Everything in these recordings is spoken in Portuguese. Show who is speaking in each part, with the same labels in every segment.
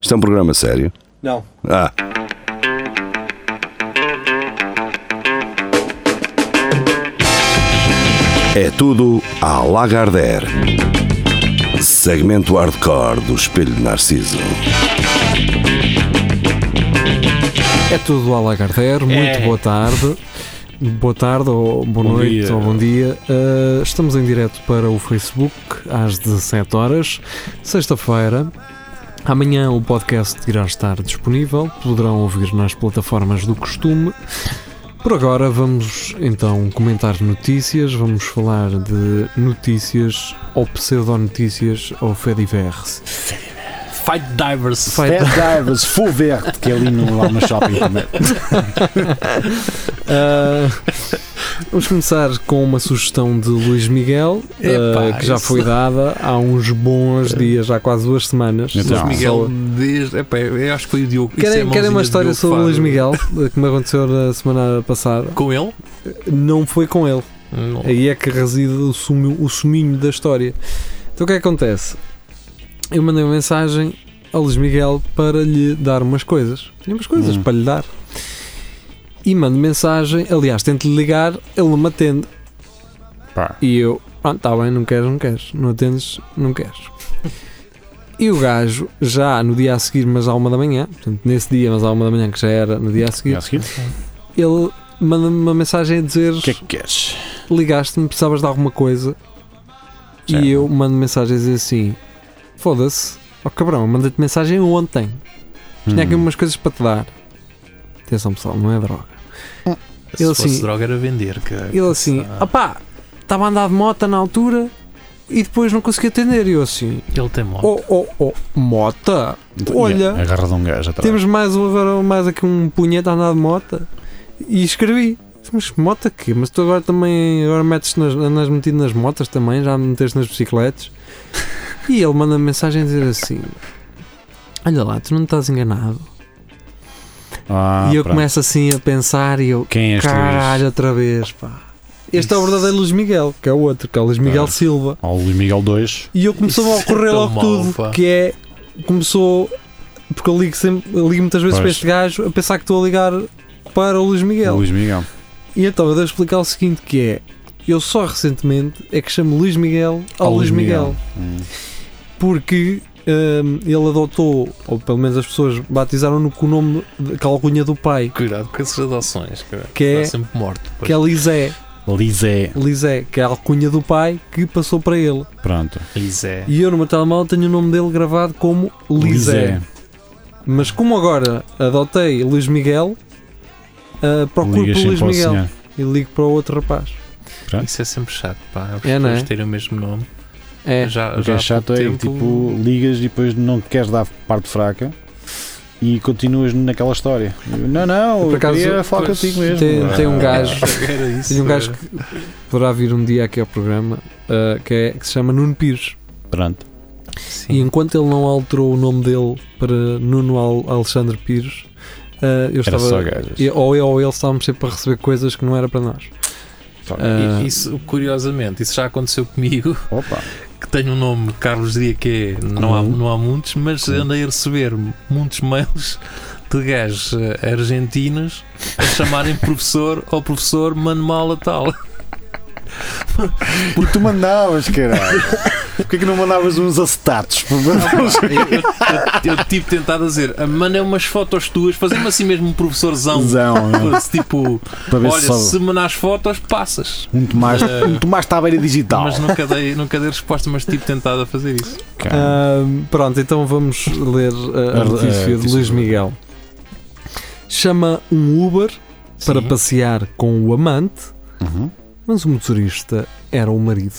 Speaker 1: Isto é um programa sério.
Speaker 2: Não.
Speaker 1: Ah, é tudo à Lagardère. Segmento hardcore do Espelho de Narciso.
Speaker 3: É tudo a Lagardère, muito
Speaker 2: É.
Speaker 3: boa tarde. Boa tarde, ou boa
Speaker 4: Bom
Speaker 3: noite,
Speaker 4: dia.
Speaker 3: ou bom dia. Uh, estamos em direto para o Facebook às 17 horas, sexta-feira. Amanhã o podcast irá estar disponível, poderão ouvir nas plataformas do costume. Por agora vamos então comentar notícias, vamos falar de notícias ou pseudonotícias ou fediverse.
Speaker 4: Fight Divers.
Speaker 3: Fight-
Speaker 2: Fat Divers, Full Verde, que é ali no, lá no shopping também.
Speaker 3: Ah, vamos começar com uma sugestão de Luís Miguel,
Speaker 4: Epá,
Speaker 3: ah, que já
Speaker 4: isso-
Speaker 3: foi dada há uns bons dias, há quase duas semanas.
Speaker 2: Então.
Speaker 4: Luís
Speaker 3: Só-
Speaker 4: Miguel, desde. Epá, eu acho que foi o Diogo. isso é a
Speaker 3: Querem,
Speaker 4: mãozinha
Speaker 3: querem uma
Speaker 4: de
Speaker 3: história
Speaker 4: Diogo
Speaker 3: sobre o
Speaker 4: Faro.
Speaker 3: Luís Miguel eh, que me aconteceu na semana passada?
Speaker 4: Com ele?
Speaker 3: Não foi com ele.
Speaker 4: Não.
Speaker 3: Aí é que reside o, sumo, o suminho da história. Então o que é que acontece? Eu mandei uma mensagem a Luís Miguel para lhe dar umas coisas. Tinha umas coisas
Speaker 2: Hum.
Speaker 3: para lhe dar. E mando mensagem, aliás, tento-lhe ligar, ele não me atende.
Speaker 2: Pá.
Speaker 3: E eu, pronto, está bem, não queres, não queres. Não atendes, não queres. E o gajo, já no dia a seguir, mas à uma da manhã, portanto, nesse dia, mas à uma da manhã, que já era no dia a seguir, ele manda-me uma mensagem a dizer
Speaker 2: O que é que queres?
Speaker 3: ligaste-me, precisavas de alguma coisa
Speaker 2: Certo.
Speaker 3: e eu mando mensagem a dizer assim: foda-se, ó cabrão, eu mandei-te mensagem ontem, tinha aqui umas coisas para te dar. Atenção pessoal, não é droga.
Speaker 4: Se
Speaker 3: Ele
Speaker 4: fosse
Speaker 3: assim-
Speaker 4: droga era vender. Que,
Speaker 3: Ele assim: opá, estava a andar de moto na altura e depois não consegui atender. E eu assim:
Speaker 4: Ele tem moto.
Speaker 3: oh, oh, oh, mota, Olha.
Speaker 2: Agarra de um gajo atrás.
Speaker 3: temos mais, um- agora mais aqui um punheta a andar de moto e escrevi. Mas moto aqui, mas tu agora também agora metes nas, andas metido nas motas também, já meteste nas bicicletas. E ele manda mensagem a dizer assim: Olha lá, tu não estás enganado.
Speaker 2: Ah,
Speaker 3: e eu
Speaker 2: pronto.
Speaker 3: começo assim a pensar e eu
Speaker 2: Quem é este
Speaker 3: caralho outra vez pá. Este é o verdadeiro Luís Miguel, que é o outro, que é o Luís Miguel
Speaker 2: Claro.
Speaker 3: Silva.
Speaker 2: Luís? Ó, Luís Miguel 2.
Speaker 3: E eu começou a
Speaker 4: Isso é
Speaker 3: ocorrer
Speaker 4: tão
Speaker 3: logo
Speaker 4: mau,
Speaker 3: tudo,
Speaker 4: pá.
Speaker 3: que é começou porque eu ligo sempre, eu ligo muitas vezes para
Speaker 2: Pois.
Speaker 3: este gajo a pensar que estou a ligar para o Luís Miguel.
Speaker 2: Luís Miguel.
Speaker 3: E então eu devo explicar o seguinte que é eu só recentemente é que chamo Luís Miguel ao
Speaker 2: Ó,
Speaker 3: Luís Miguel,
Speaker 2: Hum.
Speaker 3: porque hum, ele adotou, ou pelo menos as pessoas batizaram-no com o nome de com a alcunha do pai,
Speaker 4: Cuidado com essas adoções. Cara.
Speaker 3: que é,
Speaker 4: Está sempre morto. depois.
Speaker 3: que é Lisé,
Speaker 2: Lisé.
Speaker 3: Lisé, que é a alcunha do pai que passou para ele.
Speaker 2: Pronto.
Speaker 4: Isso é.
Speaker 3: E eu no meu telemóvel tenho o nome dele gravado como Lisé. Mas como agora adotei Luís Miguel, ah, procuro
Speaker 2: Ligas
Speaker 3: por Luís
Speaker 2: sempre ao
Speaker 3: Miguel
Speaker 2: senhor.
Speaker 3: e ligo para o outro rapaz.
Speaker 4: Isso é sempre chato, pá. As
Speaker 3: É, não é?
Speaker 4: pessoas terem o mesmo nome.
Speaker 3: É,
Speaker 4: Já,
Speaker 2: O que
Speaker 4: já
Speaker 2: é
Speaker 4: há
Speaker 2: chato
Speaker 4: pouco
Speaker 2: é que
Speaker 4: tempo-
Speaker 2: tipo, ligas e depois não queres dar parte fraca e continuas naquela história. Não, não,
Speaker 3: Por
Speaker 2: eu
Speaker 3: acaso,
Speaker 2: queria falar
Speaker 4: pois,
Speaker 2: contigo mesmo.
Speaker 3: tem- tem um
Speaker 2: Ah.
Speaker 3: gajo-
Speaker 4: Era isso.
Speaker 3: tenho um gajo que poderá vir um dia aqui ao programa ah, que, é- que se chama Nuno Pires.
Speaker 2: Pronto.
Speaker 4: Sim.
Speaker 3: E enquanto ele não alterou o nome dele para Nuno Al- Alexandre Pires, ah, eu
Speaker 2: Era só
Speaker 3: estava.
Speaker 2: gajas.
Speaker 3: eu- ou eu ou ele estávamos sempre a receber coisas que não era para nós.
Speaker 2: Só
Speaker 3: Ah,
Speaker 4: E Isso, curiosamente, isso já aconteceu comigo,
Speaker 2: Opa.
Speaker 4: que tenho um nome, Carlos Dia, que é, não, há,
Speaker 2: Comum.
Speaker 4: não há muitos, mas
Speaker 2: Comum.
Speaker 4: andei a receber muitos mails de gajos eh, argentinos a chamarem professor ou professor manual a tal.
Speaker 2: Porque tu mandavas, caralho. Porquê que não mandavas uns acetatos?
Speaker 4: Eu, eu- eu tive tentado a dizer, manda umas fotos tuas, fazer-me assim mesmo um professorzão.
Speaker 2: Zão, né?
Speaker 4: Fosse Tipo,
Speaker 2: para ver se
Speaker 4: olha,
Speaker 2: sobe.
Speaker 4: se mandas fotos, passas.
Speaker 2: Um Tomás,
Speaker 4: Eh,
Speaker 2: um Tomás Tabeira digital.
Speaker 4: Mas nunca dei, nunca dei resposta, mas tive tentado a fazer isso.
Speaker 2: Cara,
Speaker 3: Ah, pronto, então vamos ler ah, a
Speaker 2: Ah,
Speaker 3: notícia de
Speaker 2: notícia
Speaker 3: Luís
Speaker 2: do-
Speaker 3: Miguel. Chama um Uber para
Speaker 4: Sim.
Speaker 3: passear com o amante.
Speaker 2: uhum.
Speaker 3: Mas o motorista era o marido.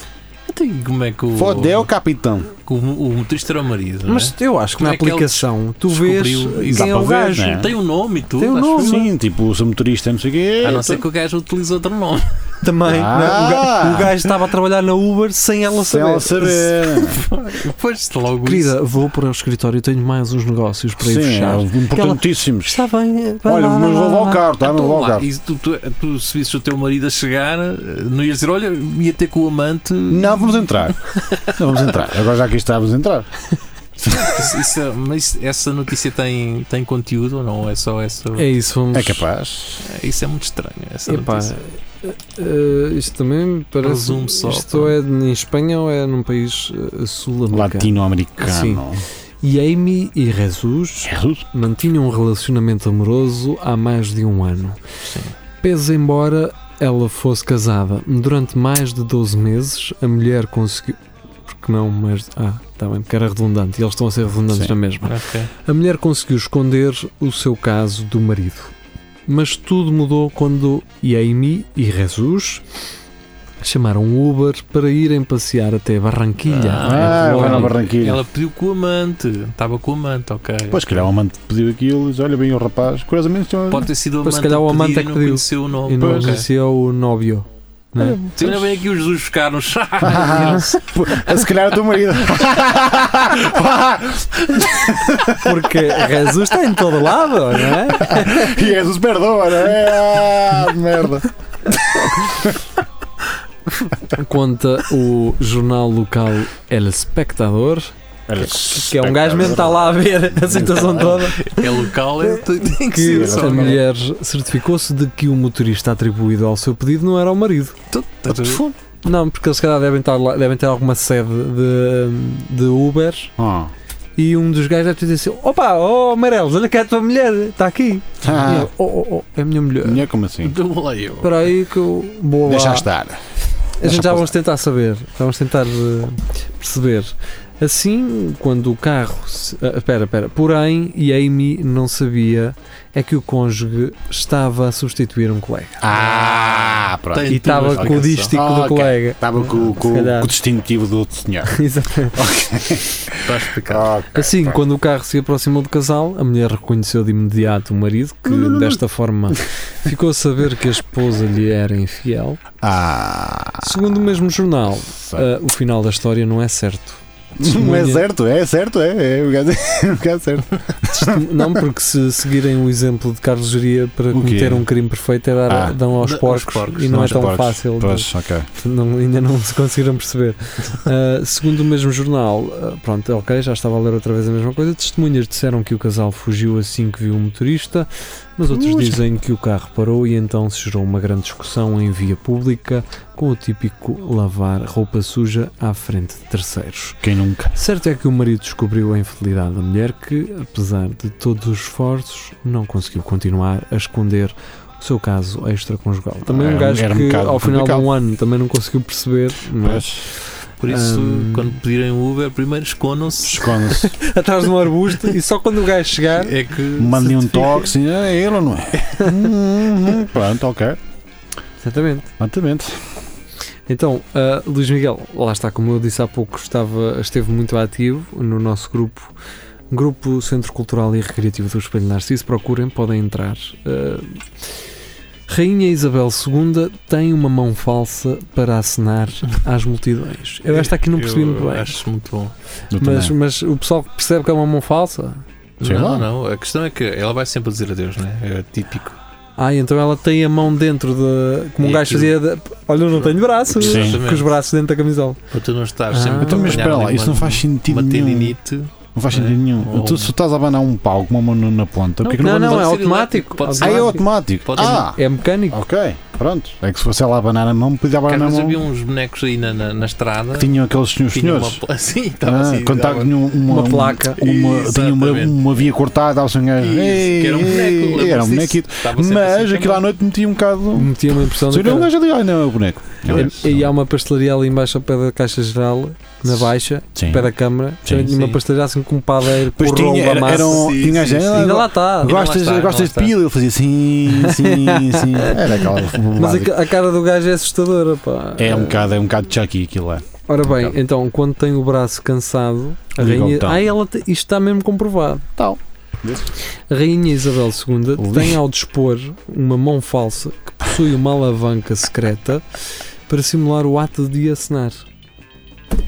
Speaker 4: Então, e como é que o,
Speaker 2: Fodeu, capitão.
Speaker 4: que o, o motorista era o marido? não é?
Speaker 3: Mas eu acho que
Speaker 4: Como
Speaker 3: na
Speaker 4: é que ele
Speaker 3: aplicação tu vês
Speaker 4: descobriu isso?
Speaker 3: quem
Speaker 2: Dá
Speaker 3: é o
Speaker 2: para ver,
Speaker 3: gajo.
Speaker 2: né?
Speaker 4: Tem um nome e tudo.
Speaker 3: Tem um
Speaker 4: acho
Speaker 3: nome.
Speaker 2: Sim, tipo, o seu motorista, não sei o quê.
Speaker 4: eu. A não ser que o gajo utilize outro nome.
Speaker 3: Também.
Speaker 2: Ah!
Speaker 3: não, é? o, ga- o gajo estava a trabalhar na Uber sem ela
Speaker 2: Sem
Speaker 3: saber.
Speaker 2: ela saber.
Speaker 4: Pois logo
Speaker 3: Querida, vou para o escritório, tenho mais uns negócios para ir
Speaker 2: Sim, é,
Speaker 3: fechar.
Speaker 2: importantíssimos.
Speaker 3: Está bem, vai
Speaker 2: Olha,
Speaker 3: lá,
Speaker 2: mas
Speaker 3: vai
Speaker 2: vou
Speaker 3: lá,
Speaker 2: levar o carro, tá? Mas
Speaker 4: Então,
Speaker 2: vou levar o
Speaker 4: lá,
Speaker 2: carro.
Speaker 4: e tu, tu, tu se visses o teu marido a chegar, eh, não ias dizer, olha, ia ter com o amante.
Speaker 2: Não, vamos entrar. Não, vamos entrar. Agora já que está, vamos entrar.
Speaker 4: Isso- isso é- mas isso- essa notícia tem, tem conteúdo ou não? É só essa.
Speaker 3: É isso, vamos.
Speaker 2: É capaz.
Speaker 4: Isso é muito estranho. Essa
Speaker 3: Epá,
Speaker 4: notícia.
Speaker 3: eh, isto também parece.
Speaker 4: Resumo só,
Speaker 3: isto
Speaker 4: pá.
Speaker 3: é em Espanha ou é num país eh, sul-americano?
Speaker 2: Um Latino-americano. É
Speaker 3: E Amy e Jesus
Speaker 2: Jesus.
Speaker 3: mantinham um relacionamento amoroso há mais de um ano.
Speaker 4: Sim.
Speaker 3: Pese embora ela fosse casada, durante mais de 12 meses a mulher conseguiu. Porque não, mas. Ah, está bem, porque era redundante e eles estão a ser redundantes
Speaker 2: Sim.
Speaker 3: na mesma.
Speaker 4: Ok.
Speaker 3: A mulher conseguiu esconder o seu caso do marido. Mas tudo mudou quando Amy e Jesus chamaram o Uber para irem passear até Barranquilha.
Speaker 4: Ah,
Speaker 2: Ah, vai na
Speaker 4: olha,
Speaker 2: Barranquilha.
Speaker 4: Ela pediu com o amante. Estava com o amante, ok.
Speaker 2: Pois, se calhar o amante pediu aquilo e diz: Olha, bem o rapaz. Curiosamente, um- chama-
Speaker 4: Pode ter sido o
Speaker 3: Pois,
Speaker 4: amante.
Speaker 3: se calhar,
Speaker 4: a
Speaker 3: o amante
Speaker 4: pedir
Speaker 3: é que
Speaker 4: e não
Speaker 3: pediu.
Speaker 4: conheceu o nome.
Speaker 3: E não
Speaker 2: é.
Speaker 4: Ok.
Speaker 3: conhecia o Nóbio. né?
Speaker 4: Sim, ainda bem aqui os Jesus buscaram.
Speaker 2: se calhar é o teu marido.
Speaker 3: Porque Jesus está em todo lado, não é?
Speaker 2: e Jesus perdoa, não é? Ah, merda.
Speaker 3: Conta o jornal local El Espectador, que é um gajo mesmo que está lá a ver a situação toda,
Speaker 4: é local, é, tem tem que ser
Speaker 3: que
Speaker 4: só.
Speaker 3: a
Speaker 4: não é?
Speaker 3: mulher certificou-se de que o motorista atribuído ao seu pedido não era o marido.
Speaker 4: Tu-
Speaker 2: Tá
Speaker 4: tu- tu-
Speaker 3: Não, porque eles se calhar devem, estar lá- devem ter alguma sede de, de Uber
Speaker 2: Ah.
Speaker 3: e um dos gajos deve ter dito assim: opa, oh Amarelos, olha cá a tua mulher, está aqui. E
Speaker 2: Ah,
Speaker 3: eu, oh, oh, oh, é a minha mulher.
Speaker 2: mulher, como assim?
Speaker 4: tu- Então, lá eu.
Speaker 3: Espera aí que eu vou lá.
Speaker 2: Deixa estar.
Speaker 3: A gente
Speaker 2: Deixa
Speaker 3: já vamos tentar saber, já vamos tentar eh, perceber. Assim, quando o carro. se- ah, Espera, espera. Porém, e Amy não sabia é que o cônjuge estava a substituir um colega.
Speaker 2: Ah, pronto.
Speaker 4: Tem-
Speaker 3: E estava
Speaker 4: explicação.
Speaker 3: com o dístico
Speaker 2: Ah,
Speaker 3: do
Speaker 2: ok.
Speaker 3: colega.
Speaker 2: Estava com, com-
Speaker 3: calhar.
Speaker 2: com o distintivo do outro senhor.
Speaker 3: Exatamente.
Speaker 4: Está explicado.
Speaker 2: Ah,
Speaker 3: Assim, quando o carro se aproximou do casal, a mulher reconheceu de imediato o marido, que desta forma ficou a saber que a esposa lhe era infiel.
Speaker 2: ah,
Speaker 3: Segundo o mesmo jornal,
Speaker 2: sei.
Speaker 3: ah, o final da história não é certo.
Speaker 2: não é
Speaker 3: testemunha-
Speaker 2: certo, é certo, é. É o gajo é o gajo certo.
Speaker 3: Testemun- Não, porque se seguirem o exemplo de Carlos Geria para
Speaker 2: O quê?
Speaker 3: cometer um crime perfeito é dar,
Speaker 2: Ah.
Speaker 3: dão aos
Speaker 4: Dá- aos
Speaker 3: porcos,
Speaker 4: porcos,
Speaker 3: e não é
Speaker 2: Mas
Speaker 3: tão
Speaker 2: porcos.
Speaker 3: fácil. de-
Speaker 2: Pois, ok.
Speaker 3: não- ainda não se conseguiram perceber. Ah, segundo o mesmo jornal, ah, pronto, ok, já estava a ler outra vez a mesma coisa. Testemunhas disseram que o casal fugiu assim que viu o motorista, mas outros
Speaker 2: Ui.
Speaker 3: dizem que o carro parou e então se gerou uma grande discussão em via pública com o típico lavar roupa suja à frente de terceiros.
Speaker 2: Quem nunca?
Speaker 3: Certo é que o marido descobriu a infidelidade da mulher que, apesar de todos os esforços, não conseguiu continuar a esconder o seu caso extraconjugal. Também
Speaker 2: Era
Speaker 3: um
Speaker 2: um-
Speaker 3: gajo
Speaker 2: era um
Speaker 3: que
Speaker 2: bocado
Speaker 3: ao final de um
Speaker 2: complicado.
Speaker 3: ano também não conseguiu perceber, não é?
Speaker 2: Pois,
Speaker 4: Por isso,
Speaker 3: Hum.
Speaker 4: quando pedirem o Uber, primeiro escondam-se.
Speaker 2: esconde-se.
Speaker 3: atrás de um arbusto e só quando o gajo chegar
Speaker 4: É que.
Speaker 2: Mandei um
Speaker 4: certifica.
Speaker 2: toque, assim, "Ah, é ele ou não é? Hum, hum, Pronto, ok.
Speaker 3: Exatamente.
Speaker 2: Exatamente.
Speaker 3: Então, ah, Luís Miguel, lá está, como eu disse há pouco, estava, esteve muito ativo no nosso grupo. Grupo Centro Cultural e Recreativo do Espelho Narciso, procurem, podem entrar. Ah, Rainha Isabel II tem uma mão falsa para acenar às multidões. Eu esta aqui não percebi
Speaker 4: Eu
Speaker 3: muito bem.
Speaker 4: Acho muito bom.
Speaker 2: Eu
Speaker 3: Mas,
Speaker 2: também.
Speaker 3: mas o pessoal que percebe que é uma mão falsa.
Speaker 2: Sei
Speaker 4: não,
Speaker 2: lá.
Speaker 4: não. A questão é que ela vai sempre dizer adeus, né? É típico.
Speaker 3: Ah, então ela tem a mão dentro de. Como um
Speaker 4: E
Speaker 3: gajo fazia.
Speaker 4: aquilo-
Speaker 3: De, Olha, eu não tenho braços.
Speaker 2: Sim.
Speaker 3: Com os
Speaker 4: Exatamente.
Speaker 3: braços dentro da camisola.
Speaker 4: Para tu não estar
Speaker 3: Ah.
Speaker 4: sempre. a
Speaker 2: Então, mas
Speaker 4: apanhar
Speaker 2: espera lá,
Speaker 4: ali
Speaker 2: isso não
Speaker 4: uma-
Speaker 2: faz sentido
Speaker 4: Uma
Speaker 2: nenhum.
Speaker 4: tendinite.
Speaker 2: Não faz sentido
Speaker 4: É.
Speaker 2: nenhum.
Speaker 4: Ou-
Speaker 2: Tu, se tu estás a abanar um pau com uma mão na ponta, porque
Speaker 3: Não,
Speaker 2: não,
Speaker 3: não,
Speaker 2: abanas-
Speaker 3: é
Speaker 4: pode ser
Speaker 3: automático.
Speaker 4: elétrico, pode ser
Speaker 2: Ah, é
Speaker 4: automático.
Speaker 2: automático.
Speaker 4: Pode
Speaker 2: Ah,
Speaker 3: É mecânico.
Speaker 2: ok. Pronto. É que se fosse ela a abanar a mão, podia
Speaker 4: Porque
Speaker 2: abanar a
Speaker 4: às vezes
Speaker 2: mão.
Speaker 4: havia uns bonecos aí na, na, na estrada.
Speaker 2: que Tinham aqueles senhores.
Speaker 4: um tinha uma
Speaker 2: senhores.
Speaker 4: pla- Sim, estava
Speaker 2: Ah,
Speaker 4: assim.
Speaker 2: quando
Speaker 4: dava-
Speaker 2: tinha uma,
Speaker 3: Uma placa.
Speaker 2: Uma, tinha uma,
Speaker 4: Exatamente.
Speaker 2: uma via cortada, ao senhor.
Speaker 4: Isso, que era um boneco.
Speaker 2: Era um
Speaker 4: lembras-te
Speaker 2: bonequito.
Speaker 4: disso? Estava sempre
Speaker 2: Mas
Speaker 4: assim
Speaker 2: aquilo à
Speaker 4: também.
Speaker 2: noite metia um bocado.
Speaker 3: Metia uma impressão
Speaker 2: Se
Speaker 3: de.
Speaker 2: olhar um gajo ali, olha, não é o boneco. É
Speaker 3: E-
Speaker 2: isso.
Speaker 3: E há uma pastelaria ali embaixo ao pé da Caixa Geral, na Baixa,
Speaker 2: Sim.
Speaker 3: ao pé da Câmara.
Speaker 2: Sim,
Speaker 3: Também tinha uma
Speaker 4: sim.
Speaker 3: pastelaria assim com um padeiro, com
Speaker 2: Pois
Speaker 3: o rolo
Speaker 2: tinha,
Speaker 3: da
Speaker 2: era,
Speaker 3: massa.
Speaker 2: era um,
Speaker 4: Sim,
Speaker 2: tinha um gajo,
Speaker 4: sim, sim.
Speaker 2: "Ah,
Speaker 3: Ainda lá está.
Speaker 4: Agora-
Speaker 2: Gostas,
Speaker 4: Ainda lá está,
Speaker 2: gostas de
Speaker 4: ainda lá
Speaker 2: pila? Ele fazia sim, sim, sim. Era aquela.
Speaker 3: Mas
Speaker 2: básica.
Speaker 3: a, a cara do gajo é assustadora, pá.
Speaker 2: É um bocado, é um bocado Chucky aquilo lá.
Speaker 3: Ora bem,
Speaker 2: bocado.
Speaker 3: então, quando tem o braço cansado, a
Speaker 2: Liga o
Speaker 3: rainha.
Speaker 2: botão.
Speaker 3: Ah, ela te- isto está mesmo comprovado.
Speaker 2: Tal.
Speaker 3: A rainha Isabel II
Speaker 2: Liga.
Speaker 3: tem ao dispor uma mão falsa que possui uma alavanca secreta para simular o ato de acenar.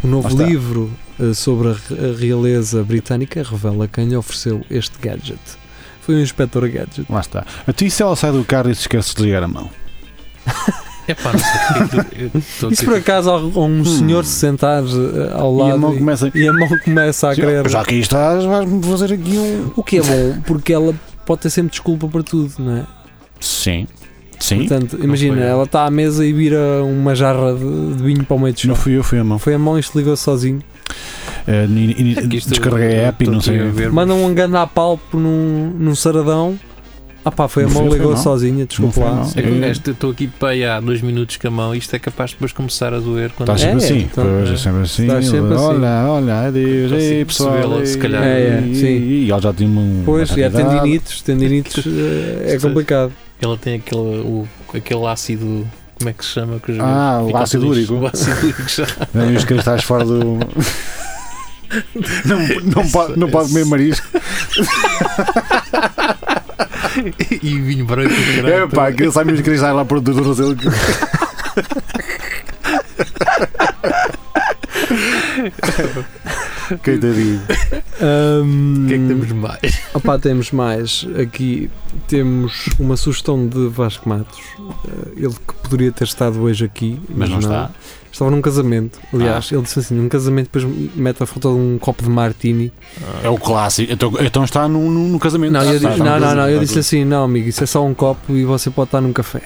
Speaker 3: O
Speaker 2: Lá
Speaker 3: novo
Speaker 2: está.
Speaker 3: livro eh, sobre a re- a realeza britânica revela quem lhe ofereceu este gadget. Foi o inspector gadget.
Speaker 2: Então, Lá está. A ti se ela sai do carro e se esquece de ligar a mão.
Speaker 4: É pá, não sei o que é que eu- eu estou
Speaker 3: E se por
Speaker 4: aqui.
Speaker 3: acaso há um
Speaker 2: Hum.
Speaker 3: senhor se sentar eh, ao
Speaker 2: E a
Speaker 3: lado
Speaker 2: mão começa
Speaker 3: e a mão começa a querer.
Speaker 2: Já que aí estás, vais-me fazer aqui um.
Speaker 3: O que é bom, porque ela pode ter sempre desculpa para tudo, não é?
Speaker 2: Sim. Sim.
Speaker 3: Portanto, imagina,
Speaker 4: foi eu.
Speaker 3: ela está à mesa e vira uma jarra de, de vinho para o meio do chão.
Speaker 2: Não fui eu, fui a mão.
Speaker 3: Foi a mão e se ligou sozinho.
Speaker 2: Eh, ni- ni-
Speaker 4: É que isto-
Speaker 2: descarreguei a app e
Speaker 4: estou
Speaker 2: não
Speaker 4: aqui
Speaker 2: sei.
Speaker 4: a ver-
Speaker 3: Manda um ganda a palpo num, num saradão. Ah pá, foi a
Speaker 2: Não
Speaker 3: mão
Speaker 2: foi,
Speaker 3: ligou
Speaker 2: foi não.
Speaker 3: sozinha,
Speaker 2: Não
Speaker 3: desculpa
Speaker 2: foi,
Speaker 3: lá.
Speaker 2: não.
Speaker 4: É que
Speaker 2: Eu-
Speaker 4: o gajo, eu estou aqui para há dois minutos com a mão. Isto é capaz de depois começar a doer. Quando
Speaker 2: Está sempre
Speaker 3: É,
Speaker 2: assim.
Speaker 3: então,
Speaker 2: pois, é
Speaker 4: é.
Speaker 2: sempre assim.
Speaker 3: Está sempre assim.
Speaker 2: olha, olha, adeus,
Speaker 4: Então, se
Speaker 2: ei,
Speaker 4: percebeu
Speaker 2: pessoal.
Speaker 4: logo, se
Speaker 2: ei,
Speaker 4: calhar.
Speaker 3: É, é,
Speaker 2: ei,
Speaker 3: sim.
Speaker 2: E ela já tinha um.
Speaker 3: Pois,
Speaker 2: uma
Speaker 3: e é há
Speaker 2: certa idade.
Speaker 3: tendinites, tendinites eh, é
Speaker 4: Isto-
Speaker 3: complicado.
Speaker 4: Ela tem aquele, o, aquele ácido. Como é que se chama? Que os
Speaker 2: Ah,
Speaker 4: gajos
Speaker 2: o
Speaker 4: ficam
Speaker 2: ácido
Speaker 4: todos-
Speaker 2: úrico.
Speaker 4: O ácido úrico já.
Speaker 2: Não, e os cristais fora do. não, não, pode, não pode comer marisco.
Speaker 4: e vinho branco. então,
Speaker 2: É
Speaker 4: caralho.
Speaker 2: pá, que saem os cristais lá por do do- do- do- Coitadinho.
Speaker 3: Ahm,
Speaker 4: O que é que temos mais?
Speaker 3: Opá, temos mais. Aqui temos uma sugestão de Vasco Matos. Eh, Ele que poderia ter estado hoje aqui, mas, Estava num casamento. Aliás,
Speaker 4: Ah.
Speaker 3: ele disse assim: num casamento, depois mete a foto de um copo de martini.
Speaker 2: É o clássico. Então, então está no, no, no casamento.
Speaker 3: Não, eu,
Speaker 2: Está-
Speaker 3: di-
Speaker 4: Tá,
Speaker 2: está no
Speaker 3: não, não, não,
Speaker 2: casamento.
Speaker 3: eu disse assim: não, amigo, isso é só um copo e você pode estar num café.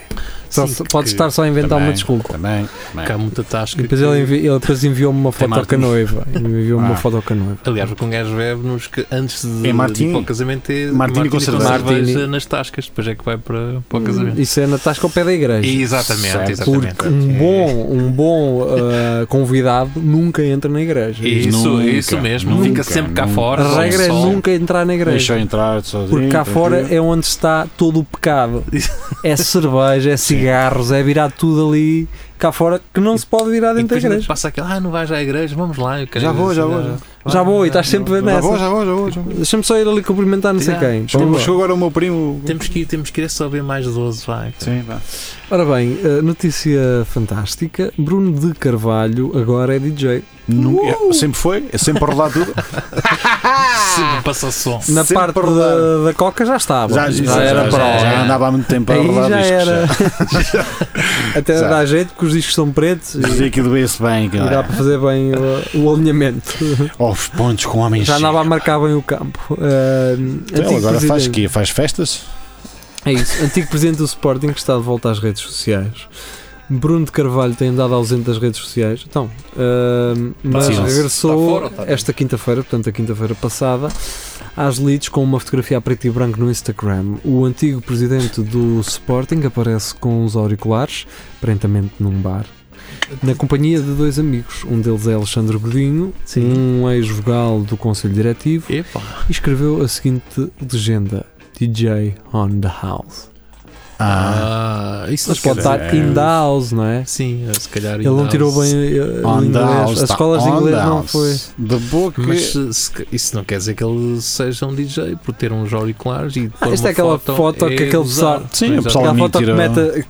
Speaker 3: Só-
Speaker 4: Sim,
Speaker 3: pode
Speaker 4: que-
Speaker 3: estar só a inventar uma
Speaker 2: Também,
Speaker 3: desculpa.
Speaker 2: Também.
Speaker 4: que há muita
Speaker 3: E
Speaker 4: tasca.
Speaker 3: depois
Speaker 4: que-
Speaker 3: ele, envi- ele depois enviou-me uma foto com a
Speaker 2: martini.
Speaker 3: noiva. Ele Enviou-me uma
Speaker 2: Ah.
Speaker 3: foto com a noiva.
Speaker 4: Aliás, o que um gajo bebe nos, ca- antes de,
Speaker 2: É
Speaker 4: de
Speaker 2: martini.
Speaker 4: ir para o casamento é
Speaker 2: Martini Hum, com cerveja.
Speaker 3: Martini.
Speaker 4: nas tascas, depois é que vai para, para o casamento.
Speaker 3: Isso é na tasca ao pé da igreja.
Speaker 4: Exatamente,
Speaker 2: Certo.
Speaker 4: exatamente. É
Speaker 3: Porque um bom, um bom ah, convidado nunca entra na igreja.
Speaker 4: Isso,
Speaker 2: Nunca,
Speaker 4: isso mesmo,
Speaker 2: nunca,
Speaker 4: fica sempre cá
Speaker 2: nunca.
Speaker 4: fora.
Speaker 3: A
Speaker 4: ao
Speaker 3: regra é
Speaker 4: um sol.
Speaker 3: nunca entrar na igreja.
Speaker 2: Deixa eu entrar sozinho.
Speaker 3: Porque cá fora
Speaker 2: tranquilo.
Speaker 3: é onde está todo o pecado. É cerveja, é cigarros, é virar tudo ali cá fora que não se pode virar
Speaker 4: E
Speaker 3: dentro da
Speaker 4: depois ainda
Speaker 3: igreja.
Speaker 4: passa aquele, ah, não vais à igreja, vamos lá. Eu quero
Speaker 2: Já vou,
Speaker 4: ir
Speaker 2: já
Speaker 4: assim,
Speaker 2: vou, já.
Speaker 4: ah,
Speaker 3: Já vou e
Speaker 4: ah,
Speaker 3: estás sempre
Speaker 2: Já vou,
Speaker 3: nessa.
Speaker 2: já vou, já vou. já vou.
Speaker 3: Deixa-me só ir ali cumprimentar não sei
Speaker 4: Já.
Speaker 3: quem. Vamos
Speaker 2: Chegou,
Speaker 3: lá.
Speaker 2: chegou agora o meu primo.
Speaker 4: Temos que ir, temos que ir, é só ver mais 12, vai.
Speaker 2: Sim, vá.
Speaker 3: Ora bem, eh, notícia fantástica. Bruno de Carvalho agora é DJ.
Speaker 2: Nunca- Sempre foi, é sempre a rodar tudo.
Speaker 3: Tá
Speaker 4: Sempre passa som.
Speaker 3: Na
Speaker 2: Sempre
Speaker 3: parte
Speaker 2: a rodar.
Speaker 3: da, da Coca já estava. Já, era
Speaker 2: já,
Speaker 3: para lá.
Speaker 2: já andava há muito tempo a
Speaker 3: Aí
Speaker 2: rodar
Speaker 3: já
Speaker 2: discos,
Speaker 3: era. Até
Speaker 2: Já.
Speaker 3: dá jeito porque os discos são pretos e,
Speaker 2: Dizia que doía-se bem,
Speaker 3: e dá
Speaker 2: cara.
Speaker 3: para fazer bem o, o alinhamento.
Speaker 2: Aos pontos com homens.
Speaker 3: Já andava a marcar bem o campo. Ah,
Speaker 2: Ele
Speaker 3: antigo
Speaker 2: Então, agora faz
Speaker 3: presidente-
Speaker 2: quê? Faz festas?
Speaker 3: É isso. Antigo presidente do Sporting que está de volta às redes sociais. Bruno de Carvalho tem andado ausente das redes sociais, então, ah, mas
Speaker 2: Sim,
Speaker 4: está
Speaker 3: regressou
Speaker 4: fora ou está
Speaker 3: esta quinta-feira, portanto, a quinta-feira passada, às leads com uma fotografia a preto e branco no Instagram. O antigo presidente do Sporting aparece com os auriculares, aparentemente num bar, na companhia de dois amigos. Um deles é Alexandre Godinho, um ex-vogal do Conselho Diretivo,
Speaker 4: Epá,
Speaker 3: e escreveu a seguinte legenda: DJ on the house.
Speaker 2: Ah,
Speaker 4: ah, isso
Speaker 3: Mas
Speaker 4: se
Speaker 3: pode
Speaker 4: calhar-
Speaker 3: estar in the house, não é?
Speaker 4: Sim, se calhar
Speaker 3: Ele não tirou bem eh, o
Speaker 2: on the
Speaker 3: inglês.
Speaker 2: house.
Speaker 3: As
Speaker 2: tá
Speaker 3: escolas de
Speaker 2: on
Speaker 3: inglês
Speaker 2: the
Speaker 3: não
Speaker 2: house.
Speaker 3: foi.
Speaker 2: De boca.
Speaker 4: Mas se- se- isso não quer dizer que ele seja um DJ por ter uns auriculares e pôr
Speaker 3: Ah, esta
Speaker 4: uma
Speaker 3: é aquela
Speaker 4: foto,
Speaker 3: foto que aquele
Speaker 4: usar.
Speaker 3: pessoal-
Speaker 2: Sim, o
Speaker 4: Exato.
Speaker 2: pessoal-
Speaker 3: Aquela foto que
Speaker 2: mentira.
Speaker 3: mete. a- que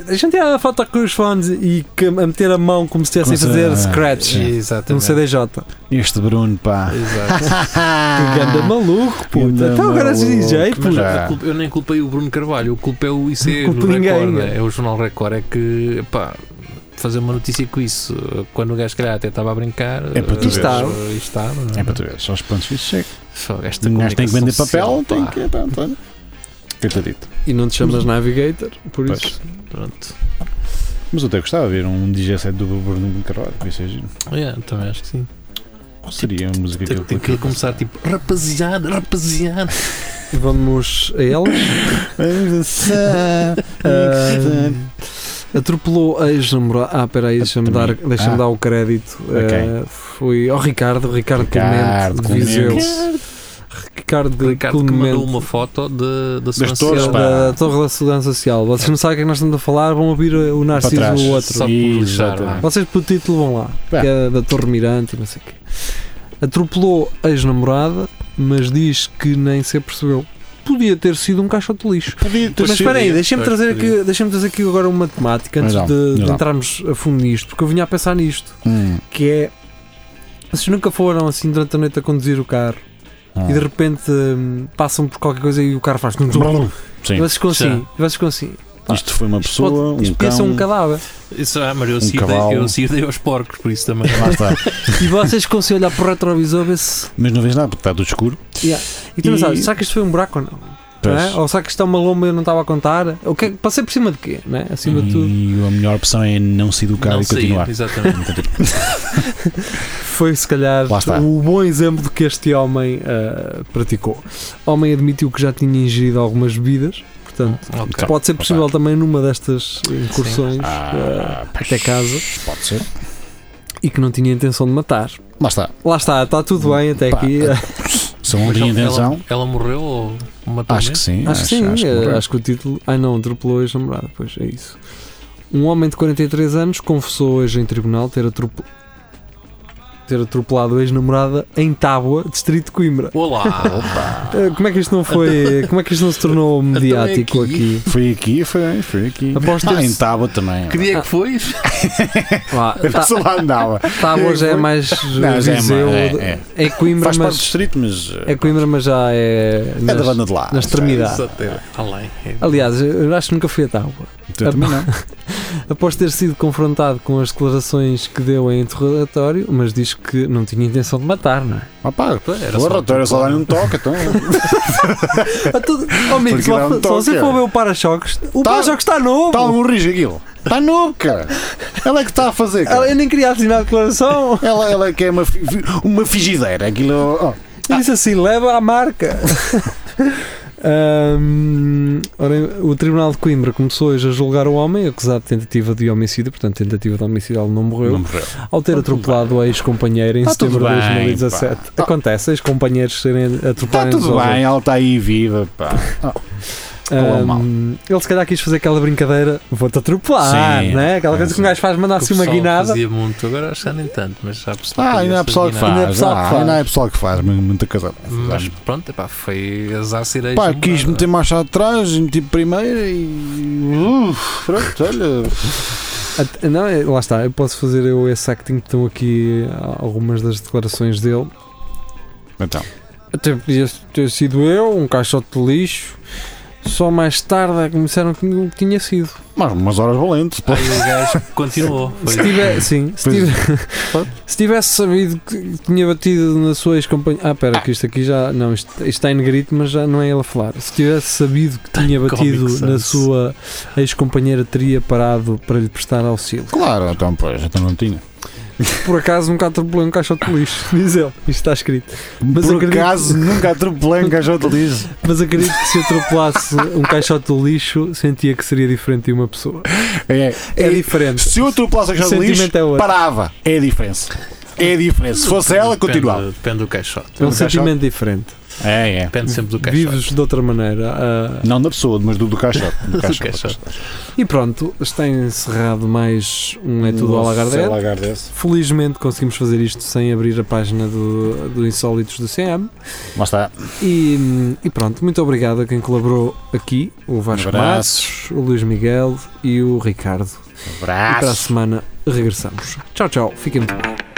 Speaker 3: tá- A gente é a foto com os fones e que, a meter a mão como se estivessem a
Speaker 2: Como se-
Speaker 3: fazer
Speaker 2: ah,
Speaker 3: scratch
Speaker 2: sim.
Speaker 3: num
Speaker 4: Exatamente.
Speaker 3: CDJ.
Speaker 2: Este Bruno, pá.
Speaker 4: Exato.
Speaker 3: Que ganda maluco, puta.
Speaker 2: Ah. Ganda
Speaker 3: Então agora és
Speaker 2: maluco.
Speaker 3: DJ,
Speaker 4: Mas
Speaker 3: puta.
Speaker 2: Já.
Speaker 4: eu, culpo- eu nem culpei o Bruno Carvalho, eu culpei o IC
Speaker 3: Não culpo
Speaker 4: no Record,
Speaker 3: ninguém.
Speaker 4: né? é o Jornal Record, é que pá, fazer uma notícia com isso, quando o gajo se calhar até estava a brincar,
Speaker 2: É para tu
Speaker 4: eh,
Speaker 2: veres.
Speaker 4: estava, e estava, não
Speaker 2: É para tu ver, só os pontos fixos chegam.
Speaker 4: Só esta
Speaker 2: Um gajo tem que vender
Speaker 4: comunicação
Speaker 2: papel,
Speaker 4: social,
Speaker 2: tem
Speaker 4: pá.
Speaker 2: que. tá, tá. Coitadito.
Speaker 3: E não te chamas Navigator, por
Speaker 2: Pois.
Speaker 3: isso.
Speaker 4: Pronto.
Speaker 2: Mas eu até gostava de ver um DJ set do Bruno Carvalho, que seja.
Speaker 4: É, também acho que sim.
Speaker 2: Qual seria a música que
Speaker 4: Tem,
Speaker 2: eu
Speaker 4: tem que começar tipo, rapaziada, rapaziada.
Speaker 3: Vamos a elas. Ah, atropelou a ex-namorada. Ah, peraí, deixa-me dar,
Speaker 2: Também.
Speaker 3: deixa
Speaker 2: Ah.
Speaker 3: dar o crédito. Ah, foi ao Ricardo, Ricardo,
Speaker 2: Ricardo
Speaker 3: Clemente, de Viseu.
Speaker 2: Clemente.
Speaker 3: Ricardo,
Speaker 4: Ricardo que mandou
Speaker 3: Clemente.
Speaker 4: uma foto de, da
Speaker 2: um Das
Speaker 4: Social,
Speaker 2: torres,
Speaker 3: ele
Speaker 2: pá.
Speaker 3: Da, da Torre da Segurança Social. Vocês não sabem o que é que nós estamos a falar, vão ouvir o ah, Narciso
Speaker 2: trás.
Speaker 3: do outro.
Speaker 4: Só por deixar,
Speaker 2: Exatamente.
Speaker 4: lá.
Speaker 3: Vocês pelo título vão lá,
Speaker 2: Pá.
Speaker 3: que é da Torre Mirante e não sei o quê. Atropelou a ex-namorada, mas diz que nem se apercebeu. Podia ter sido um caixote de lixo.
Speaker 2: Podia ter
Speaker 3: Mas
Speaker 2: sido.
Speaker 3: espera aí, deixem-me
Speaker 4: Pois
Speaker 3: trazer,
Speaker 4: podia.
Speaker 3: aqui- deixem-me trazer aqui agora uma temática antes
Speaker 2: Mas não,
Speaker 3: de, de
Speaker 2: mas não.
Speaker 3: entrarmos a fundo nisto, porque eu vinha a pensar nisto,
Speaker 2: Hum,
Speaker 3: que é vocês nunca foram assim durante a noite a conduzir o carro
Speaker 2: ah.
Speaker 3: e de repente hum, passam por qualquer coisa e o carro faz.
Speaker 2: Sim.
Speaker 3: Vocês ficam assim, vocês ficam assim. Pá,
Speaker 2: Isto foi uma
Speaker 3: isto pode-
Speaker 2: pessoa, um
Speaker 3: isto podia ser
Speaker 2: cão.
Speaker 3: um cadáver.
Speaker 4: Isso, ah, mas eu,
Speaker 2: Um
Speaker 4: se dei-
Speaker 2: cavalo.
Speaker 4: eu se dei aos porcos, por isso também.
Speaker 2: Lá está.
Speaker 3: E vocês conseguem olhar para o retrovisor ver se.
Speaker 2: Mas não vês nada, porque está tudo escuro.
Speaker 3: E tu não
Speaker 2: E-
Speaker 3: sabes, será que isto foi um buraco ou não? Não é?
Speaker 2: Pois.
Speaker 3: Ou será que isto é uma lomba e eu não estava a contar? O que é que- passei por cima de quê? Não é? Acima de tudo.
Speaker 2: E a melhor opção é não se educar
Speaker 4: não
Speaker 2: e continuar.
Speaker 4: sair, exatamente.
Speaker 3: Foi se calhar
Speaker 2: Lá está.
Speaker 3: o bom exemplo que este homem ah, praticou. O homem admitiu que já tinha ingerido algumas bebidas, portanto,
Speaker 4: Ok.
Speaker 3: pode ser
Speaker 2: lá
Speaker 3: possível também numa destas incursões ah,
Speaker 2: Ah, pois,
Speaker 3: até casa.
Speaker 2: Pode ser.
Speaker 3: e que não tinha intenção de matar.
Speaker 2: Lá está.
Speaker 3: Lá está, está tudo bem até
Speaker 2: Pá,
Speaker 3: aqui. Eh,
Speaker 2: Se ele não
Speaker 4: Mas
Speaker 2: tinha
Speaker 4: ela,
Speaker 2: intenção,
Speaker 4: ela, ela morreu ou matou
Speaker 2: é acho que
Speaker 4: mesmo?
Speaker 2: sim.
Speaker 3: Acho que sim, eh, acho,
Speaker 2: morreu.
Speaker 3: que o título. Ah, não, atropelou a ex-namorada, pois é isso. Um homem de 43 anos confessou hoje em tribunal ter, atrope- ter atropelado a ex-namorada em Tábua, distrito de Coimbra.
Speaker 4: Olá!
Speaker 3: Eh, Como é que isto não foi. Como é que isto não se tornou mediático
Speaker 4: aqui.
Speaker 3: aqui?
Speaker 2: Foi aqui, foi, foi aqui.
Speaker 3: Após
Speaker 2: Ah, em
Speaker 3: ter.
Speaker 2: Tábua também.
Speaker 4: que dia é que foi?
Speaker 3: Lá,
Speaker 2: A
Speaker 3: Tá-
Speaker 2: pessoa lá andava.
Speaker 3: Tábua já é mais.
Speaker 2: Não, já é
Speaker 3: Viseu,
Speaker 2: mais- é,
Speaker 3: é Coimbra,
Speaker 2: Faz parte do
Speaker 3: mas.
Speaker 2: distrito, mas. eh,
Speaker 3: É Coimbra, mas já é.
Speaker 2: É da
Speaker 3: nas-
Speaker 2: banda de lá.
Speaker 3: na extremidade.
Speaker 4: Além.
Speaker 3: Aliás, eu acho que nunca fui a Tábua.
Speaker 2: Eu também não.
Speaker 3: Após ter sido confrontado com as declarações que deu em interrogatório, mas diz que não tinha intenção de matar, não é?
Speaker 2: Ah, pá,
Speaker 4: Era
Speaker 2: o
Speaker 4: só-
Speaker 2: relatório só dá-lhe um toque, então.
Speaker 3: A todo- Oh, amigo,
Speaker 2: Porque
Speaker 3: se, lá-
Speaker 2: dá um
Speaker 3: se você
Speaker 2: toque.
Speaker 3: for ver o para-choques, o
Speaker 2: Tá- um-
Speaker 3: para-choques está novo!
Speaker 2: Está algum rijo aquilo. Está novo, cara. Ela é que está a fazer,
Speaker 3: Ela-
Speaker 2: cara.
Speaker 3: Eu nem queria assinar a declaração.
Speaker 2: Ela, ela é que é uma, fi- fi- uma frigideira. Aquilo. ó.
Speaker 3: Eu disse assim: leva à marca. Ahm, ora, o Tribunal de Coimbra começou hoje a julgar o homem acusado de tentativa de homicídio, portanto, tentativa de homicídio, ele não morreu,
Speaker 2: Não morreu.
Speaker 3: ao ter atropelado a ex-companheira em
Speaker 2: Tá tudo
Speaker 3: setembro de
Speaker 2: bem, pá.
Speaker 3: 2017.
Speaker 2: Tá-
Speaker 3: Acontece, ex-companheiros serem
Speaker 2: Está
Speaker 3: atropelados.
Speaker 2: Tá tudo bem, ela está aí viva, pá. Ah, Ó, Qual é o mal?
Speaker 3: Ahm, ele se calhar quis fazer aquela brincadeira, vou-te atropelar,
Speaker 2: Sim.
Speaker 3: né? aquela
Speaker 2: Ah,
Speaker 3: coisa que
Speaker 2: sim.
Speaker 3: um gajo faz, mandar assim
Speaker 4: O
Speaker 3: uma
Speaker 4: pessoal
Speaker 3: guinada.
Speaker 4: Fazia muito, agora acho que nem tanto, mas há pessoal
Speaker 2: Ah,
Speaker 4: que
Speaker 2: ainda há
Speaker 4: fazia
Speaker 2: pessoal que
Speaker 4: essas
Speaker 2: faz.
Speaker 3: Ainda há pessoal que
Speaker 2: ah,
Speaker 3: faz.
Speaker 2: Ainda há pessoal que faz, mas muita coisa.
Speaker 4: guinadas. Mas pronto, epá, foi azar cereja.
Speaker 2: Pá, quis
Speaker 4: é?
Speaker 2: meter marcha atrás, meti primeiro e. Uf, pronto, olha.
Speaker 3: Ah, Não, é- lá está, eu posso fazer eu esse acting que estão aqui ah, algumas das declarações dele.
Speaker 2: Então,
Speaker 3: Até podia ter sido eu, um caixote de lixo. Só mais tarde é que me disseram que não tinha sido.
Speaker 2: mas umas horas valentes. pô.
Speaker 4: Aí o gajo continuou.
Speaker 3: Se,
Speaker 4: Foi-
Speaker 3: tiver, sim, se,
Speaker 2: Pois é.
Speaker 3: tiver- se tivesse sabido que tinha batido na sua ex-companheira. Ah, pera, que isto aqui já. Não, isto, isto está em negrito, mas já não é ele a falar. Se tivesse sabido que tinha batido
Speaker 4: Tá Comic
Speaker 3: na
Speaker 4: Sans.
Speaker 3: sua ex-companheira, teria parado para lhe prestar auxílio.
Speaker 2: Claro, então, pois, então não tinha.
Speaker 3: Por acaso nunca atropelou um caixote de lixo, diz ele. Isto está escrito. Mas
Speaker 2: Por
Speaker 3: acredito-
Speaker 2: acaso nunca atropelei um caixote de lixo.
Speaker 3: Mas acredito que se atropelasse um caixote de lixo, sentia que seria diferente de uma pessoa.
Speaker 2: É,
Speaker 3: É
Speaker 2: é-
Speaker 3: diferente.
Speaker 2: se eu atropelasse um
Speaker 3: O
Speaker 2: caixote de lixo,
Speaker 3: sentimento é outro.
Speaker 2: parava. É a diferença. É a diferença. Se fosse ela,
Speaker 4: Depende-
Speaker 2: continuava.
Speaker 4: Depende do caixote.
Speaker 3: É um
Speaker 2: Um caixote-
Speaker 3: sentimento diferente.
Speaker 2: É, é.
Speaker 4: Depende sempre do caixote.
Speaker 3: Vives de outra maneira. ah,
Speaker 2: Não da pessoa, mas do, do caixote. Do caixote.
Speaker 4: caixote.
Speaker 3: E pronto, está encerrado mais um É Tudo ao Lagardete. Felizmente conseguimos fazer isto sem abrir a página do, do Insólitos do CM.
Speaker 2: Mas está.
Speaker 3: E, e pronto, muito obrigado a quem colaborou aqui: o Vasco
Speaker 2: Abraços.
Speaker 3: Matos, o Luís Miguel e o Ricardo. E para a
Speaker 2: Abraço.
Speaker 3: semana regressamos. Tchau, tchau. Fiquem bem.